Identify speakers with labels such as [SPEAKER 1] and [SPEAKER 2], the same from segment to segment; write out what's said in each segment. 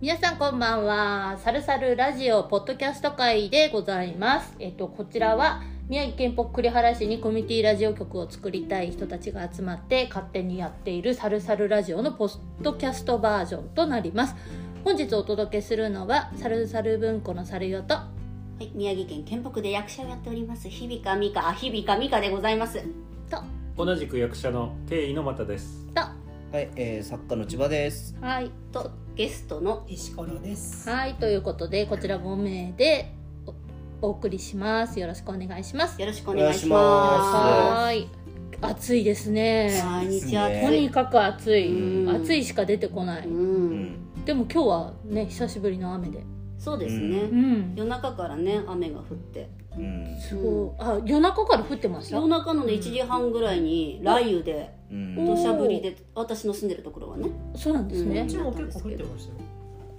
[SPEAKER 1] 皆さんこんばんは。サルサルラジオポッドキャスト会でございます。えっと、こちらは宮城県北栗原市にコミュニティラジオ局を作りたい人たちが集まって勝手にやっているサルサルラジオのポッドキャストバージョンとなります。本日お届けするのはサルサル文庫のサルヨと
[SPEAKER 2] はい、宮城県県北で役者をやっております日比か美香あ日比か美香でございます
[SPEAKER 1] と
[SPEAKER 3] 同じく役者の定位の又です
[SPEAKER 1] と
[SPEAKER 4] はい、えー、作家の千葉です。
[SPEAKER 1] はい
[SPEAKER 2] とゲストの
[SPEAKER 5] 石ころです。
[SPEAKER 1] はいということでこちら5名でおお送りします。よろしくお願いします。
[SPEAKER 2] よろしくお願いしま
[SPEAKER 1] はーい暑いですね。
[SPEAKER 2] す毎日
[SPEAKER 1] と
[SPEAKER 2] 暑
[SPEAKER 1] に
[SPEAKER 2] い
[SPEAKER 1] かく暑い
[SPEAKER 2] うん
[SPEAKER 1] 暑いしか出てこないう
[SPEAKER 4] うんん、
[SPEAKER 1] でも今日はね久しぶりの雨で
[SPEAKER 2] そうですね
[SPEAKER 1] うん
[SPEAKER 2] 夜中からね雨が降って
[SPEAKER 4] うん、
[SPEAKER 1] すごいあ夜中から降ってました
[SPEAKER 2] 夜中のね1時半ぐらいに雷雨で
[SPEAKER 4] うん、
[SPEAKER 2] 土砂降りで私の住んでるところはね
[SPEAKER 1] そうなんです
[SPEAKER 5] こ
[SPEAKER 1] ね
[SPEAKER 5] っちも結構降ってましたよ。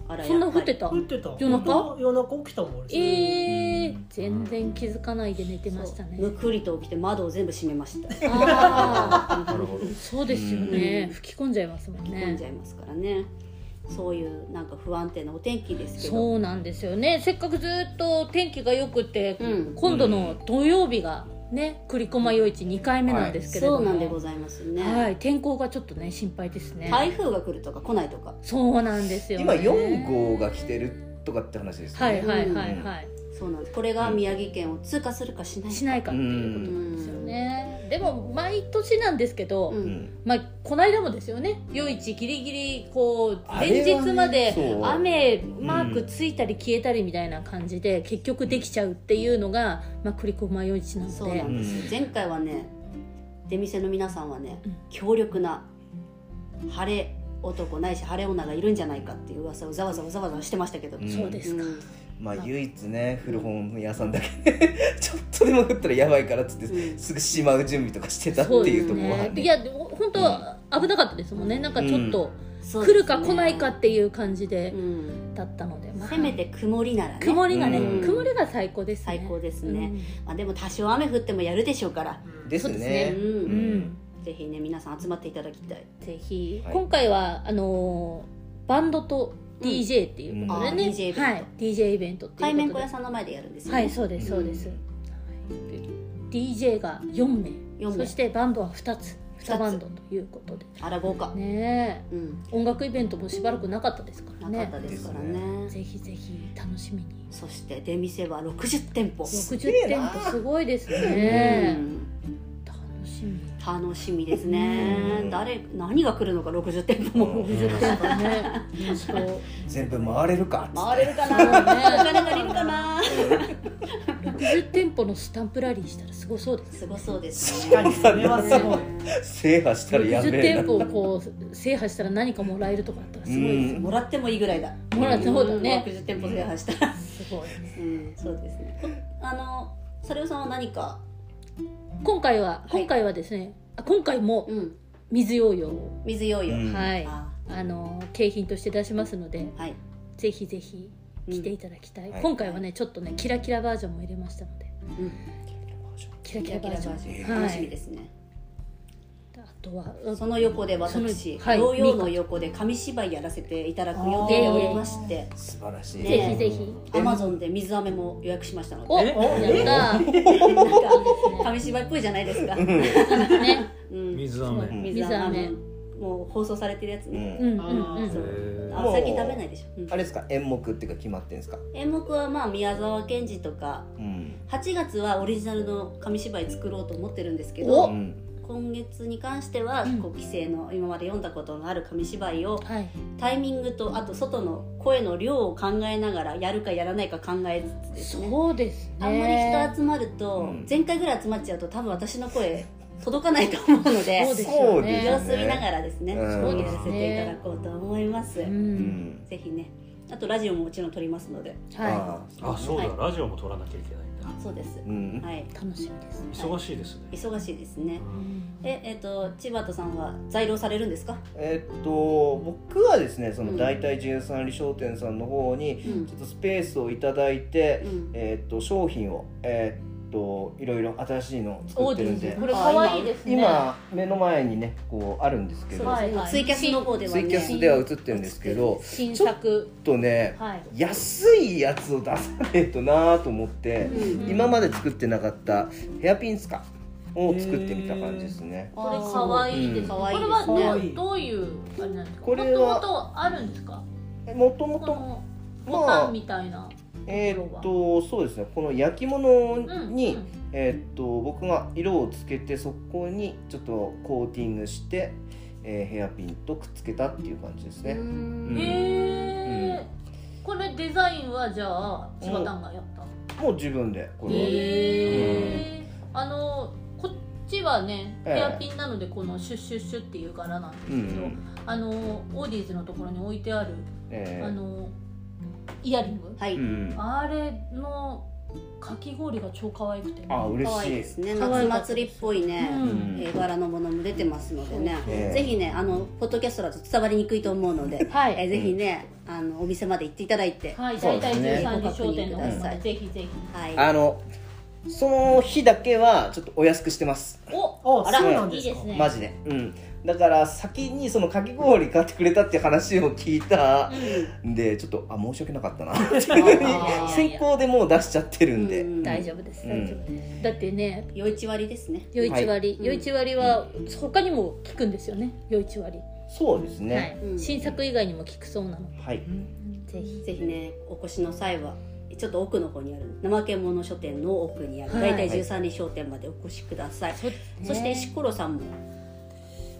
[SPEAKER 2] あら
[SPEAKER 1] そんな降ってた
[SPEAKER 5] 降ってた。
[SPEAKER 1] 夜中
[SPEAKER 5] 夜中起きたもん。俺
[SPEAKER 1] えー全然気づかないで寝てました
[SPEAKER 2] そう
[SPEAKER 1] ね
[SPEAKER 2] むくりと起きて窓を全部閉めました
[SPEAKER 1] あ
[SPEAKER 4] な るほど。
[SPEAKER 1] ーそうですよね
[SPEAKER 2] うん
[SPEAKER 1] 吹き込んじゃいますもん
[SPEAKER 2] 混んじゃ
[SPEAKER 1] ね
[SPEAKER 2] いますからねそういうなんか不安定なお天気ですけど
[SPEAKER 1] そうなんですよねせっかくずっと天気が良くて
[SPEAKER 2] うん
[SPEAKER 1] 今度の土曜日がね栗駒夜市2回目なんですけれど
[SPEAKER 2] そうなんで
[SPEAKER 1] も
[SPEAKER 2] ございますね
[SPEAKER 1] はい天候がちょっとね心配ですね
[SPEAKER 2] 台風が来るとか来ないとか
[SPEAKER 1] そうなんですよ、ね、
[SPEAKER 4] 今四号が来てるとかって話です
[SPEAKER 1] は
[SPEAKER 4] ね。
[SPEAKER 1] いはいはいはい、
[SPEAKER 2] そうなんですこれが宮城県を通過するかしないか
[SPEAKER 1] しないかっていうことなんですよねでも毎年なんですけど、
[SPEAKER 2] う
[SPEAKER 4] うんん、
[SPEAKER 1] まあこの間もですよね夜市ギリギリこう
[SPEAKER 4] あ
[SPEAKER 1] 前
[SPEAKER 4] れはね
[SPEAKER 1] 日まで
[SPEAKER 4] そう
[SPEAKER 1] 雨マークついたり消えたりみたいな感じで結局できちゃうっていうのが、まあ、栗駒夜市な
[SPEAKER 2] そ
[SPEAKER 1] の
[SPEAKER 2] う
[SPEAKER 1] で
[SPEAKER 2] なんです、
[SPEAKER 4] うん
[SPEAKER 2] 前回はね出店の皆さんはね
[SPEAKER 1] うん
[SPEAKER 2] 強力な晴れ男ないし晴れ女がいるんじゃないかっていう噂をざわざわざわざわしてましたけど、
[SPEAKER 4] うん
[SPEAKER 1] そうですか、
[SPEAKER 2] うん
[SPEAKER 4] まあ唯一ね、古本屋さんだけ ちょっとでも降ったらやばいからっつって、
[SPEAKER 2] うん
[SPEAKER 4] すぐしまう準備とかしてたって
[SPEAKER 1] そうで
[SPEAKER 4] い
[SPEAKER 1] す
[SPEAKER 4] うところは
[SPEAKER 1] ね
[SPEAKER 4] ね。
[SPEAKER 1] いやでも本当危なかったですもんねなんかちょっと
[SPEAKER 2] そう
[SPEAKER 1] 来
[SPEAKER 2] ですね
[SPEAKER 1] るか来ないかっていう感じで
[SPEAKER 2] うん
[SPEAKER 1] だったので、まあ
[SPEAKER 2] せめて曇りならね
[SPEAKER 1] 曇りがね、
[SPEAKER 4] うん
[SPEAKER 1] 曇りが最高ですね
[SPEAKER 2] 最高です
[SPEAKER 1] う
[SPEAKER 2] ね、
[SPEAKER 1] ん
[SPEAKER 2] まあ、でも多少雨降ってもやるでしょうから、
[SPEAKER 4] で
[SPEAKER 1] そ
[SPEAKER 4] す
[SPEAKER 1] うです
[SPEAKER 2] う
[SPEAKER 1] ね
[SPEAKER 4] ね。
[SPEAKER 1] うんん
[SPEAKER 2] ぜひね皆さん集まっていただきたい
[SPEAKER 1] ぜひ、
[SPEAKER 4] はい
[SPEAKER 1] 今回はあのーバンドと DJ っていうことでね、
[SPEAKER 2] うんあー DJ イベント
[SPEAKER 1] はい、DJ イベントっていうことで
[SPEAKER 2] 海綿小屋さんの前でやるんですよ、ね、
[SPEAKER 1] はいそうですそうです、
[SPEAKER 4] うん
[SPEAKER 1] はい DJ が4名
[SPEAKER 2] 4
[SPEAKER 1] そ
[SPEAKER 2] 名
[SPEAKER 1] してバンドは2つ
[SPEAKER 2] 二つ
[SPEAKER 1] 2バンドということで
[SPEAKER 2] あら豪華、
[SPEAKER 1] ねえ
[SPEAKER 2] うん、
[SPEAKER 1] 音楽イベントもしばらくなかったですから
[SPEAKER 2] なかった
[SPEAKER 1] ね
[SPEAKER 2] ですから
[SPEAKER 4] で
[SPEAKER 2] ね
[SPEAKER 1] ぜひぜひ楽しみに
[SPEAKER 2] そして出店は60店舗、
[SPEAKER 1] 60
[SPEAKER 4] げえ
[SPEAKER 1] 店
[SPEAKER 4] な
[SPEAKER 1] 舗すごいです
[SPEAKER 2] う
[SPEAKER 1] ね
[SPEAKER 2] ん
[SPEAKER 1] 楽しみ
[SPEAKER 2] 楽しみですね、
[SPEAKER 4] うん
[SPEAKER 2] 誰何が来るのか60店舗も
[SPEAKER 1] 60店舗ね本
[SPEAKER 4] 全部回れるかっつって。
[SPEAKER 2] 回れるか
[SPEAKER 1] そうね
[SPEAKER 2] なお金足りるかな
[SPEAKER 1] 当60店舗のスタンプラリーしたらすごそうです
[SPEAKER 2] すごそうです
[SPEAKER 5] 確
[SPEAKER 2] ね
[SPEAKER 5] かにそれはすごい。
[SPEAKER 4] 制覇したらや
[SPEAKER 1] 60
[SPEAKER 4] べえ
[SPEAKER 1] 店
[SPEAKER 4] な。
[SPEAKER 1] 舗をこう制覇したら何かもらえるとかあったらすごいですよ、
[SPEAKER 2] もらってもいいぐらいだ
[SPEAKER 1] もらってそうだね
[SPEAKER 2] 60店舗制覇したら、
[SPEAKER 1] すごいね
[SPEAKER 2] うん、そうですねあのサレオさんは何か、
[SPEAKER 1] 今回は
[SPEAKER 2] はい
[SPEAKER 1] 今回はですね、あ今回も
[SPEAKER 2] うん、
[SPEAKER 1] 水ヨーヨーを、
[SPEAKER 2] 水用意を、
[SPEAKER 4] うん
[SPEAKER 1] はい
[SPEAKER 2] あ
[SPEAKER 1] あの景品として出しますので
[SPEAKER 2] はい
[SPEAKER 1] ぜひぜひ来ていただきたい、
[SPEAKER 4] うんはい
[SPEAKER 1] 今回はねちょっとねキラキラバージョンも入れましたので
[SPEAKER 2] うん
[SPEAKER 1] キ
[SPEAKER 2] キ
[SPEAKER 1] ラキ
[SPEAKER 2] ラキ
[SPEAKER 1] ラ
[SPEAKER 2] ラ
[SPEAKER 1] バ
[SPEAKER 2] バ
[SPEAKER 1] ー
[SPEAKER 2] ー
[SPEAKER 1] ジ
[SPEAKER 2] ジ
[SPEAKER 1] ョンは
[SPEAKER 2] ョン
[SPEAKER 1] い
[SPEAKER 2] 楽しみですね、
[SPEAKER 1] あとはうん
[SPEAKER 2] その横で私、
[SPEAKER 1] そのはい
[SPEAKER 2] 童謡の横で紙芝居やらせていただく予定がおりまして
[SPEAKER 4] 素晴らしい。
[SPEAKER 1] ぜひぜひ
[SPEAKER 2] アマゾンで水飴も予約しましたので
[SPEAKER 1] お
[SPEAKER 5] え
[SPEAKER 1] やったー
[SPEAKER 2] なんか
[SPEAKER 1] い
[SPEAKER 2] 紙芝居っぽいじゃないですか、
[SPEAKER 4] うん
[SPEAKER 1] いですね
[SPEAKER 2] うん、
[SPEAKER 3] 水飴
[SPEAKER 1] 水
[SPEAKER 2] 水
[SPEAKER 1] 飴
[SPEAKER 2] 飴もう放送されてるやつ
[SPEAKER 4] う
[SPEAKER 2] ね、
[SPEAKER 4] ん
[SPEAKER 1] うんうんうん
[SPEAKER 5] あー
[SPEAKER 2] あ
[SPEAKER 4] もう
[SPEAKER 2] 最近食べないでしょ、うん
[SPEAKER 4] あれですか演目っていうか決まってんですか。
[SPEAKER 2] 演目はまあ宮沢賢治とか
[SPEAKER 4] うん。
[SPEAKER 2] 8月はオリジナルの紙芝居作ろうと思ってるんですけ
[SPEAKER 1] お
[SPEAKER 2] ど
[SPEAKER 4] うん
[SPEAKER 2] 今月に関しては
[SPEAKER 1] うん
[SPEAKER 2] こう規制の今まで読んだことのある紙芝居を
[SPEAKER 1] はい
[SPEAKER 2] タイミングとあと外の声の量を考えながらやるかやらないか考えつつですね
[SPEAKER 1] そうですね
[SPEAKER 2] あんまり人集まると、
[SPEAKER 4] うん
[SPEAKER 2] 前回ぐらい集まっちゃうと多分私の声届かないと思うので
[SPEAKER 1] そうです
[SPEAKER 4] そ
[SPEAKER 1] よ
[SPEAKER 4] うで
[SPEAKER 1] ね
[SPEAKER 4] す
[SPEAKER 2] 様子見ながらですね、
[SPEAKER 4] うん
[SPEAKER 2] そうですねやらせていただこうと思います、
[SPEAKER 1] う、
[SPEAKER 4] うんん。
[SPEAKER 2] ぜひねあとラジオももちろん撮りますので
[SPEAKER 1] は
[SPEAKER 3] あそうだ、
[SPEAKER 2] は
[SPEAKER 3] ラジオも撮らなきゃいけないんだ
[SPEAKER 2] そうです
[SPEAKER 4] い。、うん。
[SPEAKER 2] はい
[SPEAKER 1] い楽しみです、
[SPEAKER 3] 忙しいですね、
[SPEAKER 2] 忙しいですね
[SPEAKER 1] うん
[SPEAKER 2] ええっ、と千葉とさんは在労されるんですか、
[SPEAKER 4] えっと僕はですねそ
[SPEAKER 2] うん
[SPEAKER 4] の大体13里商店さんの方に
[SPEAKER 2] うん
[SPEAKER 4] ちょっとスペースをいただいて、
[SPEAKER 2] うん
[SPEAKER 4] えっと商品を、えといろいろ新しいのを
[SPEAKER 1] オ
[SPEAKER 4] 作
[SPEAKER 1] ーデ
[SPEAKER 4] ってる
[SPEAKER 1] ィ
[SPEAKER 4] んで
[SPEAKER 1] ーこれ可愛いですね
[SPEAKER 4] 今目の前にねこうあるんですけど、
[SPEAKER 1] そうはい
[SPEAKER 2] ツイキャスの方では
[SPEAKER 4] ツ
[SPEAKER 2] ね
[SPEAKER 4] イキャスでは映ってるんですけど
[SPEAKER 1] 新作
[SPEAKER 4] ちょっとね
[SPEAKER 1] はい
[SPEAKER 4] 安いやつを出さないとなと思って、
[SPEAKER 2] うん
[SPEAKER 4] 今まで作ってなかったヘアピンスカを作ってみた感じですね
[SPEAKER 1] これ可愛いですね、
[SPEAKER 2] うん可愛い
[SPEAKER 1] こ
[SPEAKER 2] で
[SPEAKER 1] れ
[SPEAKER 2] す
[SPEAKER 1] は
[SPEAKER 2] ね
[SPEAKER 1] どうどういうあれなんですかも
[SPEAKER 4] こ
[SPEAKER 1] ともとあるんですか
[SPEAKER 4] れはもとも
[SPEAKER 1] ことの
[SPEAKER 4] まあ
[SPEAKER 1] ボタンみたいな
[SPEAKER 4] えーっとそうですねこの焼き物
[SPEAKER 1] うん
[SPEAKER 4] に、
[SPEAKER 1] うん
[SPEAKER 4] えーっと僕が色をつけてそこにちょっとコーティングして、えーヘアピンとくっつけたっていう感じですね、
[SPEAKER 2] う
[SPEAKER 4] うん
[SPEAKER 2] ん
[SPEAKER 1] へえ、これデザインはじゃあ千葉丹がやった
[SPEAKER 4] もう自分でこれは、
[SPEAKER 1] へえあのこっちはね
[SPEAKER 4] ええ
[SPEAKER 1] ヘアピンなのでこのシュッシュッシュッっていう柄なんです
[SPEAKER 4] うんう
[SPEAKER 1] けど、
[SPEAKER 4] ん
[SPEAKER 1] あのオーディーズのところに置いてある、
[SPEAKER 4] えー
[SPEAKER 1] あのイヤリング、
[SPEAKER 2] はい
[SPEAKER 4] うん、
[SPEAKER 1] あれのかき氷が超可愛くて
[SPEAKER 4] あ嬉
[SPEAKER 2] 可
[SPEAKER 4] し
[SPEAKER 2] 愛い
[SPEAKER 4] い
[SPEAKER 2] ですね
[SPEAKER 1] 可愛
[SPEAKER 2] 夏
[SPEAKER 1] い
[SPEAKER 2] 祭りっぽいね、
[SPEAKER 1] うん
[SPEAKER 4] うん
[SPEAKER 2] 絵柄のものも出てますのでね、
[SPEAKER 4] ええ
[SPEAKER 2] ぜひねあのポッドキャストだと伝わりにくいと思うので、
[SPEAKER 1] は
[SPEAKER 2] え
[SPEAKER 1] い、
[SPEAKER 2] ぜひねあのお店まで行っていただいて、
[SPEAKER 1] はい、
[SPEAKER 4] そう
[SPEAKER 1] 大体
[SPEAKER 4] ですね
[SPEAKER 1] 13時商店の方までぜひぜひ
[SPEAKER 2] はい
[SPEAKER 4] あのその日だけはちょっとお安くしてます
[SPEAKER 1] お
[SPEAKER 5] あ
[SPEAKER 2] あら
[SPEAKER 5] そうなん
[SPEAKER 1] い
[SPEAKER 5] で
[SPEAKER 1] い
[SPEAKER 5] す
[SPEAKER 1] で
[SPEAKER 5] か
[SPEAKER 1] すね
[SPEAKER 4] マジで、うん、だから先にそのかき氷買ってくれたって話を聞いたんでちょっとあ申し訳なかったな
[SPEAKER 1] あー
[SPEAKER 4] 先行でもう出しちゃってるんで、
[SPEAKER 2] うん
[SPEAKER 1] 大丈夫です、
[SPEAKER 4] うん
[SPEAKER 1] 大丈夫ですだってね
[SPEAKER 2] 余一割ですね
[SPEAKER 1] 余一割、
[SPEAKER 2] うん
[SPEAKER 1] 余一割は他にも効くんですよね余一割、
[SPEAKER 4] そうですね
[SPEAKER 1] はい
[SPEAKER 2] うん
[SPEAKER 1] 新作以外にも効くそうなので
[SPEAKER 4] はい、
[SPEAKER 1] ぜひ
[SPEAKER 2] ぜひねお越しの際はちょっと奥の方にある生け物書店の奥にある、
[SPEAKER 1] はい
[SPEAKER 2] 大体13里商店までお越しください、
[SPEAKER 1] そ
[SPEAKER 2] そして石ころさんも、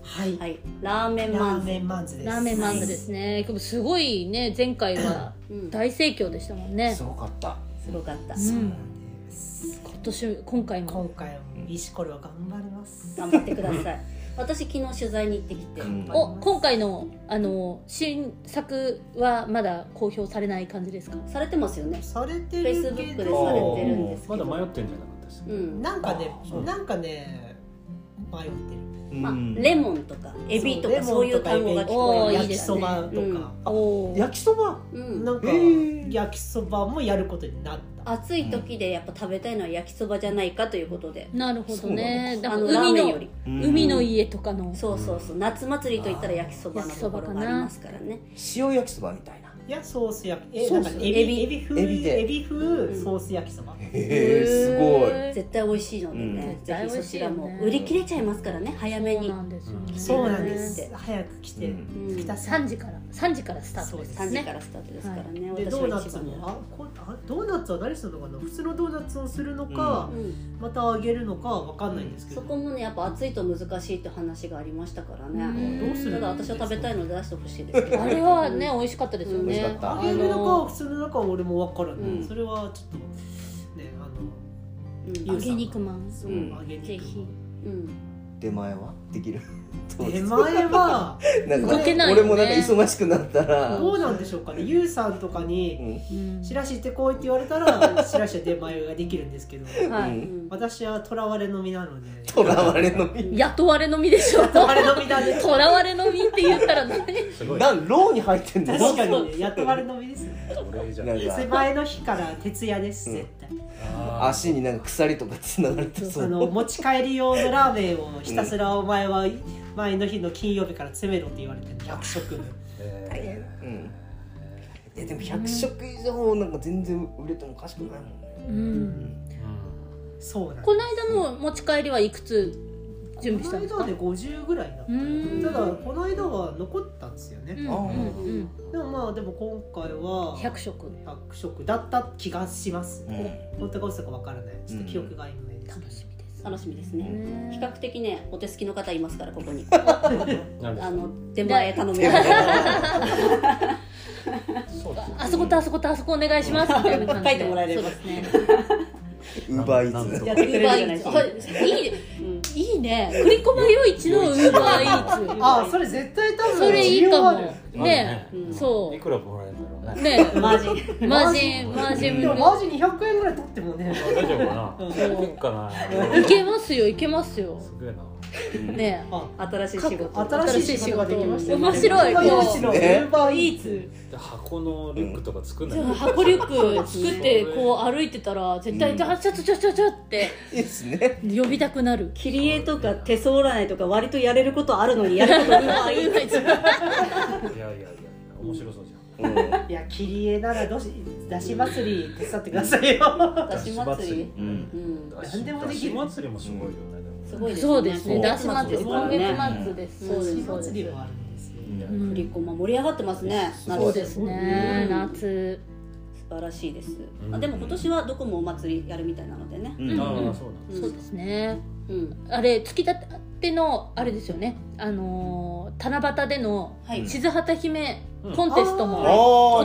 [SPEAKER 5] はい
[SPEAKER 2] はい、ラーメン
[SPEAKER 5] ラ
[SPEAKER 2] マン
[SPEAKER 5] ー
[SPEAKER 2] ズ
[SPEAKER 5] メンマンズです
[SPEAKER 1] ラーメンマンズですねでもすごいね前回は
[SPEAKER 2] うん
[SPEAKER 1] 大盛況でしたもんね
[SPEAKER 4] すごかった
[SPEAKER 2] すごかった
[SPEAKER 5] そうなんです
[SPEAKER 1] 今年今回も
[SPEAKER 5] 今回も石ころは頑張ります
[SPEAKER 2] 頑張ってく ださい私昨日取材に行ってきて
[SPEAKER 4] うん
[SPEAKER 1] お今回のあの新作はまだ公表されない感じですか
[SPEAKER 2] されてますよね
[SPEAKER 5] されて
[SPEAKER 2] フェイス
[SPEAKER 5] る
[SPEAKER 2] ブ
[SPEAKER 5] け
[SPEAKER 2] ックで
[SPEAKER 5] ど
[SPEAKER 2] されてるんです
[SPEAKER 3] ま
[SPEAKER 2] け
[SPEAKER 3] だ
[SPEAKER 2] ど
[SPEAKER 3] 迷ってんじゃなかったです
[SPEAKER 2] う
[SPEAKER 3] ね、
[SPEAKER 2] ん
[SPEAKER 5] なんかね
[SPEAKER 4] そう
[SPEAKER 5] なんかね迷ってる
[SPEAKER 2] まあ
[SPEAKER 4] うん
[SPEAKER 2] レモンとかエビとかそういう単語が聞こえ
[SPEAKER 1] おー
[SPEAKER 2] ま
[SPEAKER 1] いい
[SPEAKER 5] 焼
[SPEAKER 1] で
[SPEAKER 5] き
[SPEAKER 1] す
[SPEAKER 5] そ
[SPEAKER 1] ね
[SPEAKER 5] ばとか、
[SPEAKER 1] おおー
[SPEAKER 4] 焼きそば
[SPEAKER 2] うん
[SPEAKER 5] なんか
[SPEAKER 4] へー
[SPEAKER 5] 焼きそばもやることになった
[SPEAKER 2] 暑い時でやっぱ食べたいのは焼きそばじゃないかということで、
[SPEAKER 1] なるほどねだ
[SPEAKER 2] あ
[SPEAKER 1] から
[SPEAKER 2] のラー
[SPEAKER 1] 海
[SPEAKER 2] メン
[SPEAKER 1] の
[SPEAKER 2] より
[SPEAKER 1] 海の家とかの
[SPEAKER 2] そうそうそう夏祭りといったら焼きそばのところがありますからね
[SPEAKER 4] 塩焼きそばみたいない
[SPEAKER 5] やソース焼きえ
[SPEAKER 4] ソー
[SPEAKER 5] なん
[SPEAKER 4] ス
[SPEAKER 5] かエビエビ風
[SPEAKER 4] エビで
[SPEAKER 5] エビ風ソース焼きそば、
[SPEAKER 4] へえすごい
[SPEAKER 2] 絶対美味しいのでね、
[SPEAKER 1] うん
[SPEAKER 2] ぜひ
[SPEAKER 1] 絶対美
[SPEAKER 2] そちらも
[SPEAKER 1] 味しいよね
[SPEAKER 2] 売り切れちゃいますからね早めに
[SPEAKER 1] そうなんですよね
[SPEAKER 5] そうなんで
[SPEAKER 2] へ
[SPEAKER 5] す
[SPEAKER 2] ー
[SPEAKER 5] 早く来て、
[SPEAKER 4] うん
[SPEAKER 5] 来たさ
[SPEAKER 1] 3時から3時からスタートです
[SPEAKER 2] 3時
[SPEAKER 1] ね
[SPEAKER 2] からスタートですからね、
[SPEAKER 5] で
[SPEAKER 2] 私
[SPEAKER 5] ドー
[SPEAKER 2] は
[SPEAKER 5] ナ
[SPEAKER 2] 一
[SPEAKER 5] ツ
[SPEAKER 2] 番
[SPEAKER 5] もあこあドーナツは何するのかな普通のドーナツをするのか
[SPEAKER 2] う、ん、
[SPEAKER 5] また揚げるのかわかんないんですけど、
[SPEAKER 2] そこもねやっぱ暑いと難しいって話がありましたからね、
[SPEAKER 1] うん
[SPEAKER 5] どうする
[SPEAKER 2] ただ私は食べたいので出してほしいですけど
[SPEAKER 1] あれはね美味しかったですよね
[SPEAKER 2] うん美
[SPEAKER 4] 味しかった
[SPEAKER 5] 揚げるのか普通の中は俺もわからない、
[SPEAKER 2] うん
[SPEAKER 5] それはちょっとねあ
[SPEAKER 2] うん
[SPEAKER 5] の
[SPEAKER 1] 揚げ肉まん
[SPEAKER 5] そううん揚げ
[SPEAKER 1] ぜ
[SPEAKER 5] 肉
[SPEAKER 1] ひ
[SPEAKER 2] うん
[SPEAKER 4] 出前はできるどうです
[SPEAKER 5] 出前は
[SPEAKER 4] なんか
[SPEAKER 1] 動けないよね
[SPEAKER 4] 俺もなんか忙しくなったら、
[SPEAKER 5] どうなんでしょうかねゆうさんとか
[SPEAKER 4] う
[SPEAKER 5] に
[SPEAKER 4] ん
[SPEAKER 1] うん
[SPEAKER 5] 「しらし行ってこい」って言われたらしらしは出前ができるんですけど
[SPEAKER 1] は
[SPEAKER 4] う
[SPEAKER 1] い
[SPEAKER 4] ん
[SPEAKER 5] 私はとらわれのみなので
[SPEAKER 4] とらわれの
[SPEAKER 2] うん
[SPEAKER 1] 雇われのみで しょ
[SPEAKER 5] とらわれのみなんで
[SPEAKER 1] 囚われの身って言ったらね
[SPEAKER 3] すごい
[SPEAKER 4] なんローに入ってんだ
[SPEAKER 5] 確か にね雇われのみですね
[SPEAKER 3] 俺じゃ
[SPEAKER 4] なん
[SPEAKER 5] 出
[SPEAKER 4] か
[SPEAKER 5] 前の日から徹夜です絶対
[SPEAKER 3] あ
[SPEAKER 4] 足になんか鎖とか繋がれ てそ
[SPEAKER 5] あ
[SPEAKER 4] う
[SPEAKER 5] の持ち帰り用のラーメンをひたすらお前は前の日の金曜日から詰めろって言われてる100食分
[SPEAKER 3] え
[SPEAKER 4] うんいやでも100食以上なんか全然売れてもおかしくないもんね、
[SPEAKER 1] うん
[SPEAKER 3] ーうん
[SPEAKER 5] そうなんです
[SPEAKER 1] この間の持ち帰りはいくつ準備したんです
[SPEAKER 5] こ
[SPEAKER 1] か
[SPEAKER 5] の間で50ぐらいだった
[SPEAKER 1] うーん
[SPEAKER 5] よただこの間は残ったんですよね、
[SPEAKER 1] うん
[SPEAKER 4] あ
[SPEAKER 1] うん
[SPEAKER 5] でもまあでも今回
[SPEAKER 1] う
[SPEAKER 5] は
[SPEAKER 1] ん100食
[SPEAKER 5] 100食だった気がします、
[SPEAKER 4] うん
[SPEAKER 5] 本当か嘘かわからないちょっと記憶が曖昧です、
[SPEAKER 1] 楽しみです
[SPEAKER 2] 楽しみですね
[SPEAKER 1] ね
[SPEAKER 2] 比較的ねお手すきの方いますからここに
[SPEAKER 3] なんで
[SPEAKER 2] あ
[SPEAKER 3] す
[SPEAKER 2] の出前頼む
[SPEAKER 4] で
[SPEAKER 2] よ
[SPEAKER 4] も
[SPEAKER 3] かそうですね
[SPEAKER 1] あそことあそことあそこお願いし ますみたいな感じで
[SPEAKER 2] 書いてもらえれば
[SPEAKER 1] そうですね
[SPEAKER 4] ウーバーイ
[SPEAKER 3] なん
[SPEAKER 4] ー
[SPEAKER 3] と
[SPEAKER 4] ツ
[SPEAKER 2] やってくれるじゃないですか
[SPEAKER 1] Uber Eats あいいいいねクリコマヨイチのウーバーイーツ
[SPEAKER 5] ああそれ絶対多分
[SPEAKER 1] それいいか
[SPEAKER 5] 需要ある
[SPEAKER 1] もね
[SPEAKER 2] うん
[SPEAKER 1] そ
[SPEAKER 3] いくらもらえるんだろう
[SPEAKER 1] う
[SPEAKER 3] ね
[SPEAKER 1] ね
[SPEAKER 2] マジ
[SPEAKER 1] えマジンマジン
[SPEAKER 5] でもマジ200円ぐらい取っても ね
[SPEAKER 3] 大丈夫かな
[SPEAKER 5] うん
[SPEAKER 3] いけっかない
[SPEAKER 1] けますよいけますよ
[SPEAKER 3] すげえな
[SPEAKER 1] ねえ
[SPEAKER 5] あ
[SPEAKER 2] 新しい仕事
[SPEAKER 5] 新しい仕事ができましたよね
[SPEAKER 1] 面白い
[SPEAKER 5] こ
[SPEAKER 1] こ
[SPEAKER 5] の
[SPEAKER 1] う
[SPEAKER 5] 用紙のウーバーイーツ
[SPEAKER 1] ツ
[SPEAKER 3] で箱のリュックとか作んない
[SPEAKER 1] 箱リュック作ってこう歩いてたら絶対「ちょちょちょちょちょ」って
[SPEAKER 4] いいですね。
[SPEAKER 1] 呼びたくなる
[SPEAKER 2] 切り絵とか手相占いとか割とやれることあるのにやることがない
[SPEAKER 3] いやいやいや面白そうじゃん
[SPEAKER 4] うん。
[SPEAKER 5] いや切り絵ならどうしだし祭り手伝ってくださいよ
[SPEAKER 2] 出し祭り
[SPEAKER 4] うん。
[SPEAKER 2] うん
[SPEAKER 5] 何でもでき
[SPEAKER 3] 出
[SPEAKER 5] る
[SPEAKER 3] し祭りもすごいよね
[SPEAKER 2] すごいですね
[SPEAKER 1] そうですね
[SPEAKER 2] 今
[SPEAKER 1] だ
[SPEAKER 2] 月
[SPEAKER 1] し祭
[SPEAKER 2] 末です
[SPEAKER 1] り
[SPEAKER 2] から
[SPEAKER 1] 今
[SPEAKER 2] ね
[SPEAKER 1] 月末ですそう
[SPEAKER 5] だ
[SPEAKER 1] で
[SPEAKER 5] し
[SPEAKER 1] すそう
[SPEAKER 5] 祭
[SPEAKER 1] で
[SPEAKER 5] り
[SPEAKER 1] す
[SPEAKER 5] もあるんですよ
[SPEAKER 3] でも
[SPEAKER 1] う
[SPEAKER 3] ね
[SPEAKER 1] ん
[SPEAKER 2] 振りコマ盛り上がってますね夏
[SPEAKER 1] そうですね
[SPEAKER 2] うん
[SPEAKER 1] 夏
[SPEAKER 2] 素晴らしいです、
[SPEAKER 3] うん
[SPEAKER 2] あでも今年はどこもお祭りやるみたいなのでね
[SPEAKER 4] うん。
[SPEAKER 3] ああそうだ
[SPEAKER 2] うん
[SPEAKER 1] そうですね
[SPEAKER 2] うん
[SPEAKER 1] あれ月立ってのあれですよねあのー七夕での
[SPEAKER 2] はい、
[SPEAKER 4] うん
[SPEAKER 1] 静畑姫コンテストも
[SPEAKER 2] うん
[SPEAKER 4] あ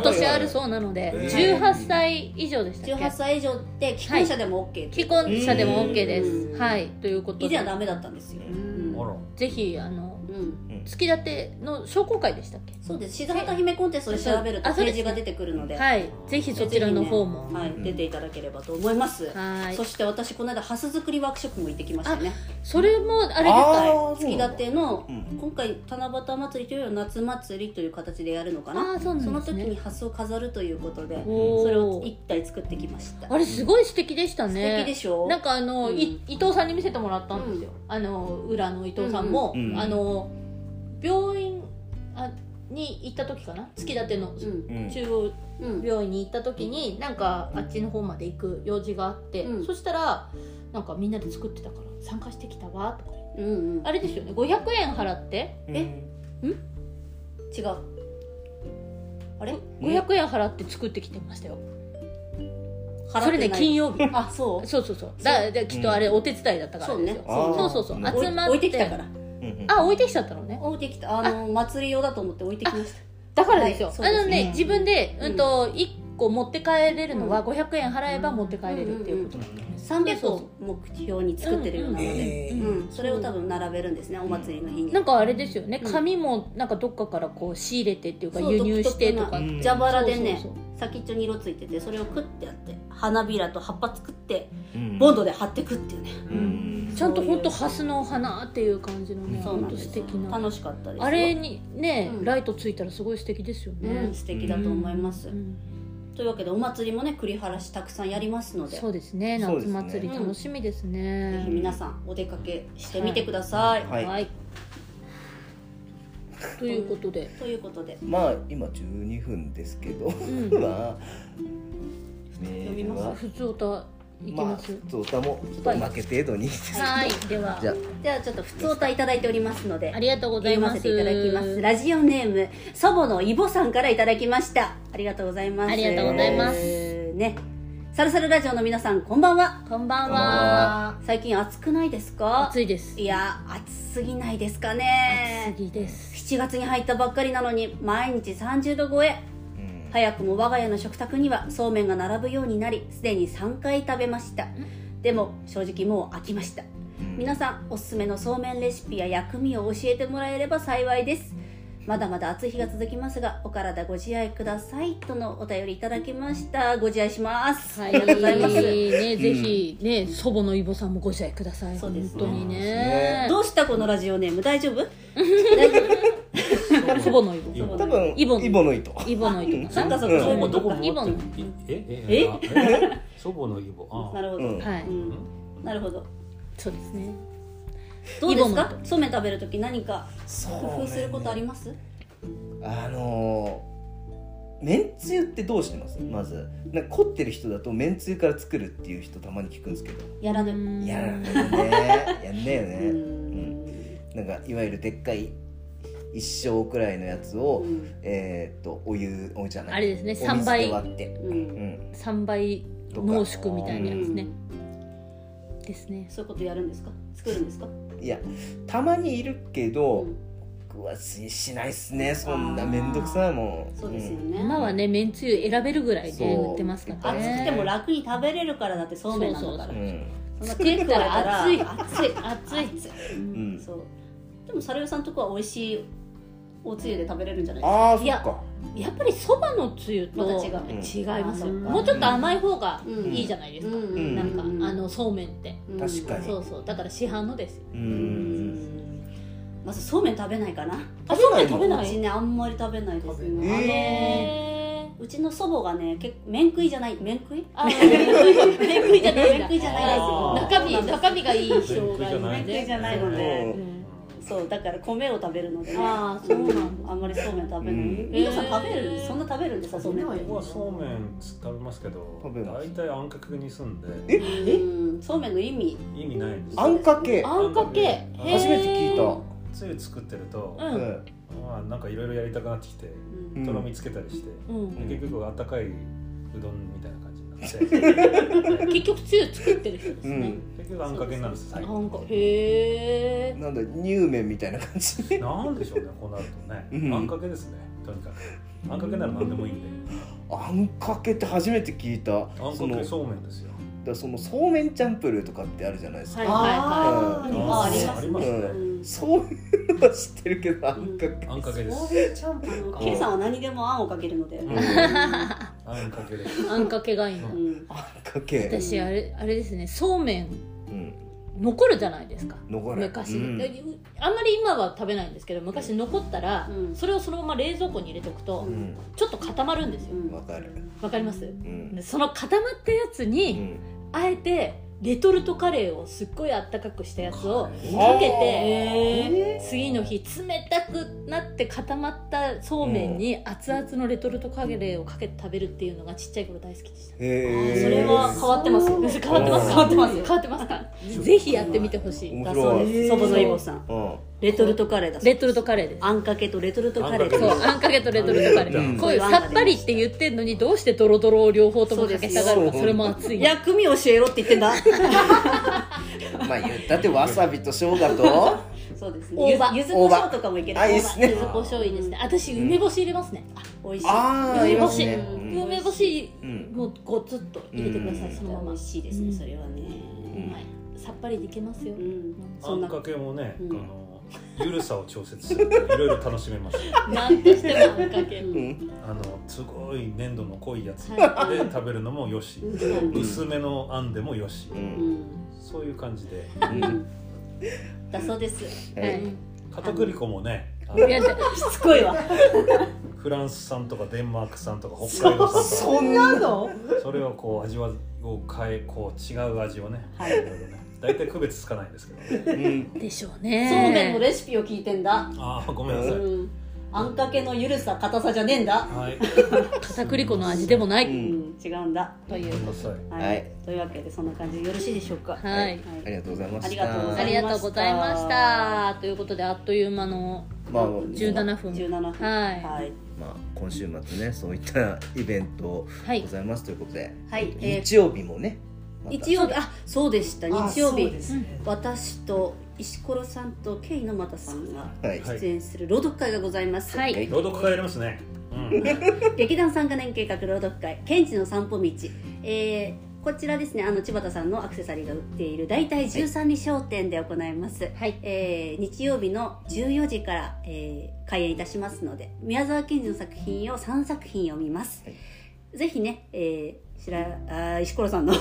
[SPEAKER 1] 今
[SPEAKER 4] ー
[SPEAKER 1] 年あるそうなので
[SPEAKER 3] はい
[SPEAKER 1] 18歳以上でしたっ
[SPEAKER 2] 18
[SPEAKER 1] け
[SPEAKER 2] 歳以上で既婚者でも OK
[SPEAKER 1] 既婚者でも OK で
[SPEAKER 2] う
[SPEAKER 1] す
[SPEAKER 2] ん
[SPEAKER 1] はいということ
[SPEAKER 2] 以前はダ
[SPEAKER 1] で
[SPEAKER 2] メだったんですよ、うん
[SPEAKER 3] あら
[SPEAKER 1] ぜひあの
[SPEAKER 2] うん
[SPEAKER 1] 月立の商工会でしたっけ
[SPEAKER 2] そうです静畑姫コンテストで調べると
[SPEAKER 1] あそう
[SPEAKER 2] ペ
[SPEAKER 1] で
[SPEAKER 2] ー
[SPEAKER 1] す
[SPEAKER 2] ジが出てくるので、
[SPEAKER 1] はい、ぜひそちらの方も。
[SPEAKER 2] はい、出ていただければと思います、
[SPEAKER 1] はい
[SPEAKER 2] そ。して私この間ハス作りワークショップも行ってきましたね
[SPEAKER 1] それもあれです
[SPEAKER 4] あ
[SPEAKER 1] か。
[SPEAKER 4] ー
[SPEAKER 2] 月立ての、
[SPEAKER 4] うん
[SPEAKER 2] 今回七夕祭りというよりは夏祭りという形でやるのかな
[SPEAKER 1] あーそうなんですね
[SPEAKER 2] その時にハスを飾るということで
[SPEAKER 1] おー
[SPEAKER 2] それを一体作ってきました
[SPEAKER 1] あれすごい素敵でした
[SPEAKER 2] 素
[SPEAKER 1] ね。
[SPEAKER 2] 敵でしょ
[SPEAKER 1] なんかあの、
[SPEAKER 2] うん
[SPEAKER 1] い伊藤さんに見せてもらったんですよ。あの裏の伊藤さんも、
[SPEAKER 4] うんうん
[SPEAKER 1] あの病院あに行った時かな。月立ての、
[SPEAKER 2] うん
[SPEAKER 4] うん。
[SPEAKER 1] 中央
[SPEAKER 2] うん
[SPEAKER 1] 病院に行った時になんかあっちの方まで行く用事があって、
[SPEAKER 2] うん
[SPEAKER 1] そしたらなんかみんなで作ってたから参加してきたわとか。
[SPEAKER 2] うんうん
[SPEAKER 1] あれですよね。500円払って
[SPEAKER 2] え違うあれ
[SPEAKER 1] 500円払って作ってきてましたよ。
[SPEAKER 2] 払
[SPEAKER 1] それね金
[SPEAKER 2] 曜
[SPEAKER 1] 曜日。
[SPEAKER 2] あそう
[SPEAKER 1] そうそうそう。だできっとあれお手伝いだったからですよ。
[SPEAKER 4] そうね
[SPEAKER 1] そうそうそう。
[SPEAKER 4] あー
[SPEAKER 1] 集まって
[SPEAKER 2] 置いてきたから
[SPEAKER 4] うん。
[SPEAKER 1] あ置いてきちゃったのね。
[SPEAKER 2] 置いてきたあの祭り用だと思って置いてきました
[SPEAKER 1] だからですよ。
[SPEAKER 2] はいそうです
[SPEAKER 1] あのね自分で
[SPEAKER 2] うん
[SPEAKER 1] うんと一個持って帰れるのは500円払えば持って帰れるっていうこと。
[SPEAKER 2] 300を目標に作ってるようなので、
[SPEAKER 4] え
[SPEAKER 2] うん
[SPEAKER 4] ー
[SPEAKER 2] それを多分並べるんですねお祭りの日に
[SPEAKER 1] なんかあれですよね。
[SPEAKER 2] うん
[SPEAKER 1] 紙もなんかどっかからこう仕入れてっていうか
[SPEAKER 2] そう
[SPEAKER 1] 輸入してとか。
[SPEAKER 4] 独特な
[SPEAKER 2] 蛇腹でね
[SPEAKER 1] そうそう
[SPEAKER 2] 先っちょに色ついててそれをくってやって花びらと葉っぱ作って
[SPEAKER 4] うん
[SPEAKER 2] ボンドで貼ってくっていうね、
[SPEAKER 4] う。
[SPEAKER 1] そうんちゃんと本当ハスの花っていう感じのね。
[SPEAKER 2] そう
[SPEAKER 1] 本
[SPEAKER 2] なん
[SPEAKER 1] 当
[SPEAKER 2] です
[SPEAKER 1] 素敵な。
[SPEAKER 2] 楽しかったですよ
[SPEAKER 1] あれにね
[SPEAKER 2] うん
[SPEAKER 1] ライトついたらすごい素敵ですよ
[SPEAKER 2] う
[SPEAKER 1] ね
[SPEAKER 2] ん。素敵だと思います、
[SPEAKER 1] うん
[SPEAKER 2] というわけでお祭りもね栗原市たくさんやりますので
[SPEAKER 1] そうですね。
[SPEAKER 4] そう
[SPEAKER 1] 夏
[SPEAKER 4] ですね
[SPEAKER 1] 祭り
[SPEAKER 2] うん
[SPEAKER 1] 楽しみです
[SPEAKER 2] ぜ
[SPEAKER 1] ね
[SPEAKER 2] ひ。皆さんお出かけしてみてください、
[SPEAKER 4] はい。
[SPEAKER 1] はい。ということで、
[SPEAKER 2] ということで
[SPEAKER 4] まあ今12分ですけど、
[SPEAKER 1] ん
[SPEAKER 4] まあメールは
[SPEAKER 1] 普通歌いき
[SPEAKER 4] まあ
[SPEAKER 1] ます。
[SPEAKER 4] 普通歌もちょっと負け程度にですけど
[SPEAKER 1] はい、では、
[SPEAKER 4] じゃあ
[SPEAKER 2] ではちょっと普通歌いただいておりますので
[SPEAKER 1] ありがとうござい
[SPEAKER 2] 読ま
[SPEAKER 1] ます。
[SPEAKER 2] せていただきますラジオネーム祖母のイボさんからいただきましたありがとうございます
[SPEAKER 1] ありがとうございます
[SPEAKER 2] ねサルサルラジオの皆さんこんばんは
[SPEAKER 1] こんばんは。
[SPEAKER 4] は
[SPEAKER 2] 最近暑くないですか
[SPEAKER 1] 暑いです。
[SPEAKER 2] いや暑すぎないですか
[SPEAKER 1] 暑
[SPEAKER 2] ね
[SPEAKER 1] すぎです。
[SPEAKER 2] 7月に入ったばっかりなのに毎日30度超え
[SPEAKER 4] うん
[SPEAKER 2] 早くも我が家の食卓にはそうめんが並ぶようになりすでに3回食べましたでも正直もう飽きました皆さんおすすめのそうめんレシピや薬味を教えてもらえれば幸いですまだまだ暑い日が続きますがお体ご自愛くださいとのお便りいただきましたご自愛します、
[SPEAKER 1] はい、
[SPEAKER 2] ありがとうございます
[SPEAKER 1] ね、ぜひ、ね、祖母のイボさんもご自愛ください。
[SPEAKER 2] そう
[SPEAKER 1] 本
[SPEAKER 2] ですね
[SPEAKER 1] 当にね。
[SPEAKER 2] どうしたこのラジオネーム大丈夫
[SPEAKER 1] 祖母のイボ。
[SPEAKER 4] 多分
[SPEAKER 1] イボの
[SPEAKER 4] イボの糸
[SPEAKER 1] イボの糸。
[SPEAKER 2] そっかそっ
[SPEAKER 4] うん
[SPEAKER 2] か
[SPEAKER 3] 祖
[SPEAKER 2] そういう
[SPEAKER 3] 母
[SPEAKER 2] こ
[SPEAKER 3] ど
[SPEAKER 2] と
[SPEAKER 3] こ
[SPEAKER 2] か
[SPEAKER 1] イボ
[SPEAKER 3] 持
[SPEAKER 1] の
[SPEAKER 3] っていえ
[SPEAKER 2] え
[SPEAKER 3] ええ祖母のイボあ
[SPEAKER 2] なるほど、
[SPEAKER 4] うん
[SPEAKER 1] はい、
[SPEAKER 2] うんなるほど
[SPEAKER 1] そうですね。
[SPEAKER 2] どうです
[SPEAKER 1] イボ
[SPEAKER 2] かそうめん食べるとき何か工
[SPEAKER 4] 工
[SPEAKER 2] 夫することあります
[SPEAKER 4] あのーめんつゆってどうしてますまずなんか凝ってる人だとめんつゆから作るっていう人たまに聞くんですけど
[SPEAKER 2] やらぬ
[SPEAKER 1] うん
[SPEAKER 4] やらないよねやんないよ
[SPEAKER 2] う
[SPEAKER 4] ね
[SPEAKER 2] ん
[SPEAKER 4] なんかいわゆるでっかい一升くらいのやつを、
[SPEAKER 2] うん
[SPEAKER 4] えーっとお湯お湯じゃない
[SPEAKER 1] あれですね
[SPEAKER 4] お水
[SPEAKER 1] 三倍
[SPEAKER 4] で割って、
[SPEAKER 2] う
[SPEAKER 4] うんん、
[SPEAKER 1] 三倍
[SPEAKER 4] とか
[SPEAKER 1] 濃縮みたいなやつね
[SPEAKER 2] う。ん
[SPEAKER 1] ですね。
[SPEAKER 2] そういうことやるんですか作るんですか
[SPEAKER 4] いやたまにいるけ
[SPEAKER 2] う
[SPEAKER 4] ど、
[SPEAKER 2] ん
[SPEAKER 4] 僕はししないっすねそんな面倒くさいもん
[SPEAKER 2] そうですよ
[SPEAKER 4] ん
[SPEAKER 2] ね
[SPEAKER 1] 今はねめんつゆ選べるぐらいで売ってますから
[SPEAKER 2] 暑
[SPEAKER 1] ね
[SPEAKER 2] くても楽に食べれるからだってそうめんなんだから
[SPEAKER 1] そうう
[SPEAKER 2] そんな
[SPEAKER 1] 作ったら暑い
[SPEAKER 2] 暑い
[SPEAKER 1] 暑い
[SPEAKER 2] 暑い
[SPEAKER 4] んうん
[SPEAKER 2] そうでもサルヨさんとこは美味しいおつゆで食べれるんじゃないですか
[SPEAKER 4] ああそ
[SPEAKER 2] いや
[SPEAKER 4] っか
[SPEAKER 1] やっぱりそばのつゆと
[SPEAKER 2] また
[SPEAKER 1] 違
[SPEAKER 2] 違う
[SPEAKER 1] いますよ
[SPEAKER 5] うん
[SPEAKER 1] もうちょっと甘い方が
[SPEAKER 2] うん
[SPEAKER 1] いいじゃないですか、
[SPEAKER 2] うん
[SPEAKER 1] なんか、
[SPEAKER 2] うん
[SPEAKER 1] あのそうめんって、
[SPEAKER 2] うん
[SPEAKER 4] 確かに
[SPEAKER 1] そうそうだから市販のですよ
[SPEAKER 4] う
[SPEAKER 2] うん
[SPEAKER 4] ん
[SPEAKER 2] まずそうめん食べないかな
[SPEAKER 1] あそうめん
[SPEAKER 4] 食
[SPEAKER 1] 食
[SPEAKER 4] べ
[SPEAKER 1] べ
[SPEAKER 2] う
[SPEAKER 1] な
[SPEAKER 2] ち
[SPEAKER 1] い
[SPEAKER 2] ねあんまり食べないです
[SPEAKER 4] 食べない
[SPEAKER 2] ね
[SPEAKER 1] へー
[SPEAKER 2] うちの祖母がね結構麺食いじゃない麺食い
[SPEAKER 1] あー麺食いじゃないん
[SPEAKER 2] 麺
[SPEAKER 1] だ
[SPEAKER 2] 食いじゃない
[SPEAKER 3] あー
[SPEAKER 1] 中身中身がいい
[SPEAKER 3] 麺
[SPEAKER 1] 人
[SPEAKER 3] 食い
[SPEAKER 1] が
[SPEAKER 3] じゃない
[SPEAKER 1] いい
[SPEAKER 2] 麺食いじゃ
[SPEAKER 1] ね
[SPEAKER 2] ないので
[SPEAKER 1] うん
[SPEAKER 2] そうだから米を食べるのでね
[SPEAKER 1] ああそうなんだ
[SPEAKER 2] あんまりそうめん食べない
[SPEAKER 4] うん
[SPEAKER 2] 皆さん食べ
[SPEAKER 1] へ
[SPEAKER 2] る
[SPEAKER 1] ー
[SPEAKER 2] そんな食べるんですかそうめんっ
[SPEAKER 5] そ
[SPEAKER 2] て
[SPEAKER 5] う
[SPEAKER 3] 僕はそうめん食べますけど
[SPEAKER 4] 食べます
[SPEAKER 3] 大体あんかけにすんで
[SPEAKER 4] え
[SPEAKER 2] うんそうめんの意味
[SPEAKER 3] 意味ないんですよ
[SPEAKER 4] あんかけ
[SPEAKER 1] あんかけへ
[SPEAKER 3] 初
[SPEAKER 1] ー
[SPEAKER 4] 初めて聞いた
[SPEAKER 3] つゆ作ってると、
[SPEAKER 1] うん
[SPEAKER 4] うん
[SPEAKER 3] まあ、なんかいろいろやりたくなってきて
[SPEAKER 2] うん
[SPEAKER 3] とろみつけたりして、
[SPEAKER 1] うん、
[SPEAKER 3] で結局あったかいうどんみたいな感じになって
[SPEAKER 1] 結局つゆ作ってる人ですね、
[SPEAKER 3] 結局あんかけになるんです最
[SPEAKER 1] あんか
[SPEAKER 3] 後
[SPEAKER 1] へえ
[SPEAKER 4] なんだ乳麺みたいな感じ
[SPEAKER 3] なんでしょうねこうなると
[SPEAKER 4] うん
[SPEAKER 3] ねあんかけですねとにかくあんかけなら何でもいいんで
[SPEAKER 4] あんかけって初めて聞いた
[SPEAKER 3] あん
[SPEAKER 4] そ
[SPEAKER 3] か
[SPEAKER 4] の
[SPEAKER 3] けそうめんですよ
[SPEAKER 4] だそのそうめんチャンプルーとかってあるじゃないですか、
[SPEAKER 1] はい
[SPEAKER 5] あー
[SPEAKER 4] うん
[SPEAKER 2] ああります
[SPEAKER 3] ありますね
[SPEAKER 2] うん
[SPEAKER 4] そういうのは知ってるけどあんかけ、
[SPEAKER 3] あんかけで
[SPEAKER 5] そう
[SPEAKER 3] す
[SPEAKER 5] めんチャンプルーか
[SPEAKER 2] ケイさんは何でもあんをかけるので、
[SPEAKER 3] んあんかけです
[SPEAKER 1] あんかけがいいな
[SPEAKER 2] うん
[SPEAKER 4] あんかけ、
[SPEAKER 1] 私あれあれですねそうめん
[SPEAKER 4] うん、
[SPEAKER 1] 残るじゃないですか
[SPEAKER 4] 残る
[SPEAKER 1] 昔、
[SPEAKER 4] うん
[SPEAKER 1] であんまり今は食べないんですけど昔残ったら、
[SPEAKER 2] うん
[SPEAKER 1] それをそのまま冷蔵庫に入れておくと、
[SPEAKER 4] うん
[SPEAKER 1] ちょっと固まるんですよ
[SPEAKER 4] わかる
[SPEAKER 1] わかります
[SPEAKER 4] うん、
[SPEAKER 1] その固まったやつ
[SPEAKER 4] う
[SPEAKER 1] に、
[SPEAKER 4] ん、
[SPEAKER 1] あえてレトルトカレーをすっごいあったかくしたやつをか
[SPEAKER 4] はい
[SPEAKER 1] け
[SPEAKER 4] へ
[SPEAKER 1] て次の日冷たくなって固まったそうめんに熱々のレトルトカレーをかけて食べるっていうのがちっちゃい頃大好きでした
[SPEAKER 4] へえ
[SPEAKER 2] それは変わってますよ
[SPEAKER 1] 変わってます
[SPEAKER 2] 変わってます
[SPEAKER 1] 変
[SPEAKER 2] よ
[SPEAKER 1] わってますかぜひやってみてほしい
[SPEAKER 4] 面
[SPEAKER 1] だ
[SPEAKER 4] 白
[SPEAKER 1] そう
[SPEAKER 4] い
[SPEAKER 1] です
[SPEAKER 2] 祖母のイボさん
[SPEAKER 4] う
[SPEAKER 2] レトルトカレーだそう
[SPEAKER 1] レトルトカレーです
[SPEAKER 2] あんかけとレトルトカレー
[SPEAKER 1] そ
[SPEAKER 2] だそうう
[SPEAKER 1] あんかけとレトルトカレー、
[SPEAKER 4] うん
[SPEAKER 1] こういうさっぱりって言ってんのにどうしてドロドロを両方ともかけたがるの
[SPEAKER 4] そうですよ
[SPEAKER 1] それも熱い
[SPEAKER 2] 薬味教えろって言ってんだ
[SPEAKER 4] んまあ言ったってわさびと生 姜と
[SPEAKER 2] そうです
[SPEAKER 1] 大
[SPEAKER 2] ね
[SPEAKER 1] 葉
[SPEAKER 2] ゆずゆず胡椒とかもいける
[SPEAKER 4] あいいっすね
[SPEAKER 2] 大
[SPEAKER 1] 柚
[SPEAKER 2] 葉
[SPEAKER 1] 子胡椒いいですね私梅干し入れますね、
[SPEAKER 2] 美味しい
[SPEAKER 4] ああ
[SPEAKER 1] 梅
[SPEAKER 4] いま
[SPEAKER 1] 干
[SPEAKER 4] す
[SPEAKER 1] し、
[SPEAKER 4] ね
[SPEAKER 2] ん
[SPEAKER 1] 梅干し
[SPEAKER 4] うん
[SPEAKER 1] もうごつっと入れてください、
[SPEAKER 4] うん
[SPEAKER 1] そのまま
[SPEAKER 2] 美味しいですねそれはね
[SPEAKER 4] うん
[SPEAKER 1] はいさっぱりできますよ、
[SPEAKER 2] うん
[SPEAKER 3] あ
[SPEAKER 2] そん
[SPEAKER 3] ん
[SPEAKER 2] な
[SPEAKER 3] かけもね、
[SPEAKER 2] うん
[SPEAKER 3] あのゆるさを調節するいろいろ楽しめます
[SPEAKER 1] なんてしてもあんかけ、
[SPEAKER 2] うん
[SPEAKER 4] うん
[SPEAKER 3] あのすごい粘度の濃いやつで
[SPEAKER 1] は
[SPEAKER 3] 食べるのもよし、
[SPEAKER 2] うん
[SPEAKER 3] 薄めのあんでもよし、
[SPEAKER 4] う
[SPEAKER 2] うんん
[SPEAKER 3] そういう感じで
[SPEAKER 4] うん
[SPEAKER 2] だそうです
[SPEAKER 4] は
[SPEAKER 1] はいい
[SPEAKER 3] 片栗粉もねあ
[SPEAKER 1] いや
[SPEAKER 3] の
[SPEAKER 1] で
[SPEAKER 2] しつこいわ
[SPEAKER 3] フランス産とかデンマーク産とか北海道産とかそ
[SPEAKER 4] そんな
[SPEAKER 5] の
[SPEAKER 3] れをこう味わいを変えこう違う味をね
[SPEAKER 2] はい
[SPEAKER 3] ろろね大体区別つかないんですけど、ね、
[SPEAKER 4] うん
[SPEAKER 1] でしょうね
[SPEAKER 2] そうめんのレシピを聞いてんだ
[SPEAKER 3] ああごめんな
[SPEAKER 2] う
[SPEAKER 3] さい、
[SPEAKER 2] んあんかけのゆるさ硬さじゃねえんだ
[SPEAKER 3] はい
[SPEAKER 1] 片栗粉の味でもな
[SPEAKER 4] う
[SPEAKER 1] い、
[SPEAKER 2] うんん違うんだ
[SPEAKER 1] とい
[SPEAKER 3] ごめん
[SPEAKER 1] う
[SPEAKER 3] なさい
[SPEAKER 4] はい
[SPEAKER 2] というわけでそんな感じでよろしいでしょうか
[SPEAKER 1] はい、
[SPEAKER 4] ありがとうございました
[SPEAKER 2] ありがとうござ
[SPEAKER 1] あ
[SPEAKER 2] い
[SPEAKER 1] りがとうございましたということであっという間の
[SPEAKER 4] まあ
[SPEAKER 1] 17分
[SPEAKER 2] 17
[SPEAKER 1] は
[SPEAKER 2] 分
[SPEAKER 1] い
[SPEAKER 2] はい
[SPEAKER 4] まあ今週末ねそういったイベント
[SPEAKER 1] はい
[SPEAKER 4] ございますということで
[SPEAKER 2] はいえー
[SPEAKER 4] 日曜日もねまた
[SPEAKER 2] 日曜日あそうでした日曜
[SPEAKER 5] あそう
[SPEAKER 2] 日
[SPEAKER 5] ですね
[SPEAKER 2] 私と石ころさんとケイのまたさんが
[SPEAKER 4] はい
[SPEAKER 3] はい
[SPEAKER 2] 出演する朗読会がございます、
[SPEAKER 1] はい
[SPEAKER 4] はい
[SPEAKER 3] 朗読会やりますね、 うん、
[SPEAKER 2] 劇団三カ年計画朗読会「ケンチの散歩道」えーこちらですねあの千葉田さんのアクセサリーが売っている大体13里商店で行います、
[SPEAKER 1] はい
[SPEAKER 2] えー日曜日の14時から、えー開演いたしますので宮沢賢治の作品を3作品読みます、
[SPEAKER 4] はい
[SPEAKER 2] ぜひね、えーしらあー石ころさんの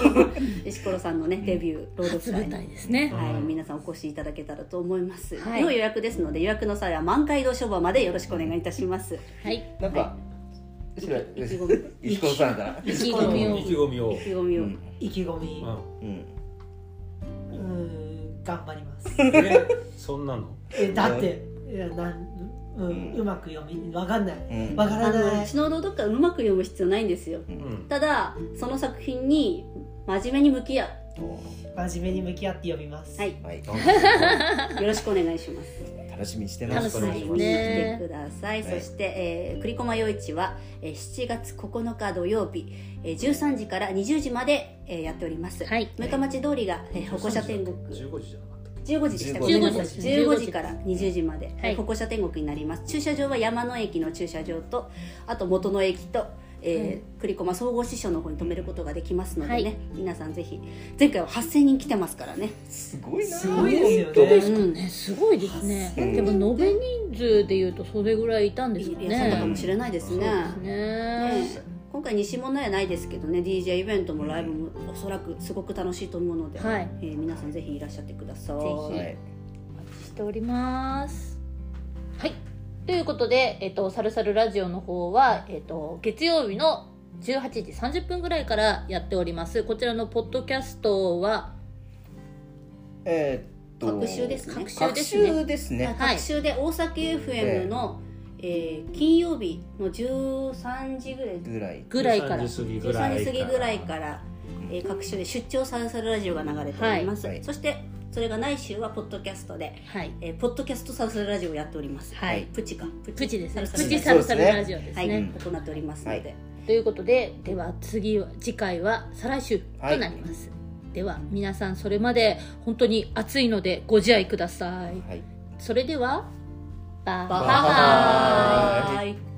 [SPEAKER 2] 石ころさんのねデビュー朗
[SPEAKER 1] 初
[SPEAKER 2] 読
[SPEAKER 1] 舞
[SPEAKER 2] 会
[SPEAKER 1] 台ですね
[SPEAKER 2] はい、
[SPEAKER 3] うん
[SPEAKER 2] 皆さんお越しいただけたらと思います、
[SPEAKER 1] はい
[SPEAKER 2] の予約ですので予約の際は満開堂書房までよろしくお願いいたします
[SPEAKER 1] はい
[SPEAKER 4] なんかしら
[SPEAKER 2] 意気込み
[SPEAKER 4] 石川さんから
[SPEAKER 1] 意気込みを
[SPEAKER 3] 意気込みを
[SPEAKER 2] 意、気込み
[SPEAKER 4] う
[SPEAKER 2] を、
[SPEAKER 4] ん
[SPEAKER 5] 意気込み
[SPEAKER 4] うん
[SPEAKER 5] うーん頑張ります
[SPEAKER 3] うん、えそんなの
[SPEAKER 5] えだっていやなんうん
[SPEAKER 4] うん
[SPEAKER 5] うまく読みわかんな
[SPEAKER 4] う
[SPEAKER 5] い
[SPEAKER 4] ん
[SPEAKER 5] わか
[SPEAKER 2] あ
[SPEAKER 5] ら
[SPEAKER 2] の
[SPEAKER 5] な
[SPEAKER 2] う
[SPEAKER 5] い
[SPEAKER 2] ちの朗読会うまく読む必要ないんですよ
[SPEAKER 3] うん
[SPEAKER 2] ただその作品に真面目に向き合う
[SPEAKER 5] 真面目に向き合って読みます
[SPEAKER 2] はい
[SPEAKER 4] はい
[SPEAKER 2] よろしくお願いします
[SPEAKER 4] 楽しみにしてま
[SPEAKER 1] 楽
[SPEAKER 4] す
[SPEAKER 1] しみ
[SPEAKER 2] は
[SPEAKER 1] です
[SPEAKER 2] い、見に来
[SPEAKER 1] ね
[SPEAKER 2] てください、
[SPEAKER 4] はい
[SPEAKER 2] そして、えー、栗駒陽一は、えー、7月9日土曜日、えー、13時から20時まで、えー、やっております、
[SPEAKER 1] はい
[SPEAKER 2] 六日町通りが、えー、歩行者天国
[SPEAKER 3] 15時じゃなかったっけ
[SPEAKER 2] 15時でした
[SPEAKER 4] 15
[SPEAKER 2] ごめんなさい
[SPEAKER 1] 15時
[SPEAKER 2] 15時から20時まで、
[SPEAKER 1] はい
[SPEAKER 2] 歩行者天国になります駐車場は山の駅の駐車場とあと元の駅と、えー栗駒総合支所の方に止めることができますのでね、
[SPEAKER 1] はい
[SPEAKER 2] 皆さんぜひ前回は8000人来てますからね
[SPEAKER 4] すごいな
[SPEAKER 5] すごいですよね
[SPEAKER 4] 本当
[SPEAKER 2] すか
[SPEAKER 1] ねすごいですね
[SPEAKER 4] うん
[SPEAKER 1] でも延べ人数でいうとそれぐらいいたんですよ
[SPEAKER 2] いらっしゃったか
[SPEAKER 1] ね
[SPEAKER 2] もしれないですね
[SPEAKER 1] ね
[SPEAKER 2] ね今回西物やないですけどね DJ イベントもライブもおそらくすごく楽しいと思うので、
[SPEAKER 1] はい
[SPEAKER 2] えー皆さんぜひいらっしゃってください
[SPEAKER 1] ぜひ
[SPEAKER 4] はい
[SPEAKER 1] お待ちしておりますはいということで、えっと、サルサルラジオの方は、えっと、月曜日の18時30分ぐらいからやっておりますこちらのポッドキャストは
[SPEAKER 4] えーっと
[SPEAKER 2] 隔週ですね
[SPEAKER 1] 隔週
[SPEAKER 4] 隔
[SPEAKER 1] ですね
[SPEAKER 4] 週で
[SPEAKER 2] あ
[SPEAKER 4] すね
[SPEAKER 1] はい
[SPEAKER 2] 各週で大崎 FM の、えー金曜日の13時ぐらい
[SPEAKER 4] ぐらい
[SPEAKER 1] ぐらいから
[SPEAKER 3] 13時過ぎぐら
[SPEAKER 2] 13
[SPEAKER 3] いから
[SPEAKER 2] 時過ぎぐらいから、えー各週で出張サルサルラジオが流れております、
[SPEAKER 4] はいはい
[SPEAKER 2] そしてそれがない週はポッドキャストで、
[SPEAKER 1] はい
[SPEAKER 2] えーポッドキャストサルサルラジオをやっております、
[SPEAKER 1] はい
[SPEAKER 2] プチかプ
[SPEAKER 1] プチですね
[SPEAKER 2] サ
[SPEAKER 1] プ
[SPEAKER 2] ルサル
[SPEAKER 1] チ
[SPEAKER 2] ラジ
[SPEAKER 1] サルサルラジオです
[SPEAKER 2] オはい、
[SPEAKER 1] ね
[SPEAKER 2] 行っておりますので、
[SPEAKER 4] は
[SPEAKER 1] ということででは次は次回は再来週となります、では皆さんそれまで本当に暑いのでご自愛ください
[SPEAKER 4] はい
[SPEAKER 1] それではバ
[SPEAKER 2] バ
[SPEAKER 1] イ
[SPEAKER 2] イバイ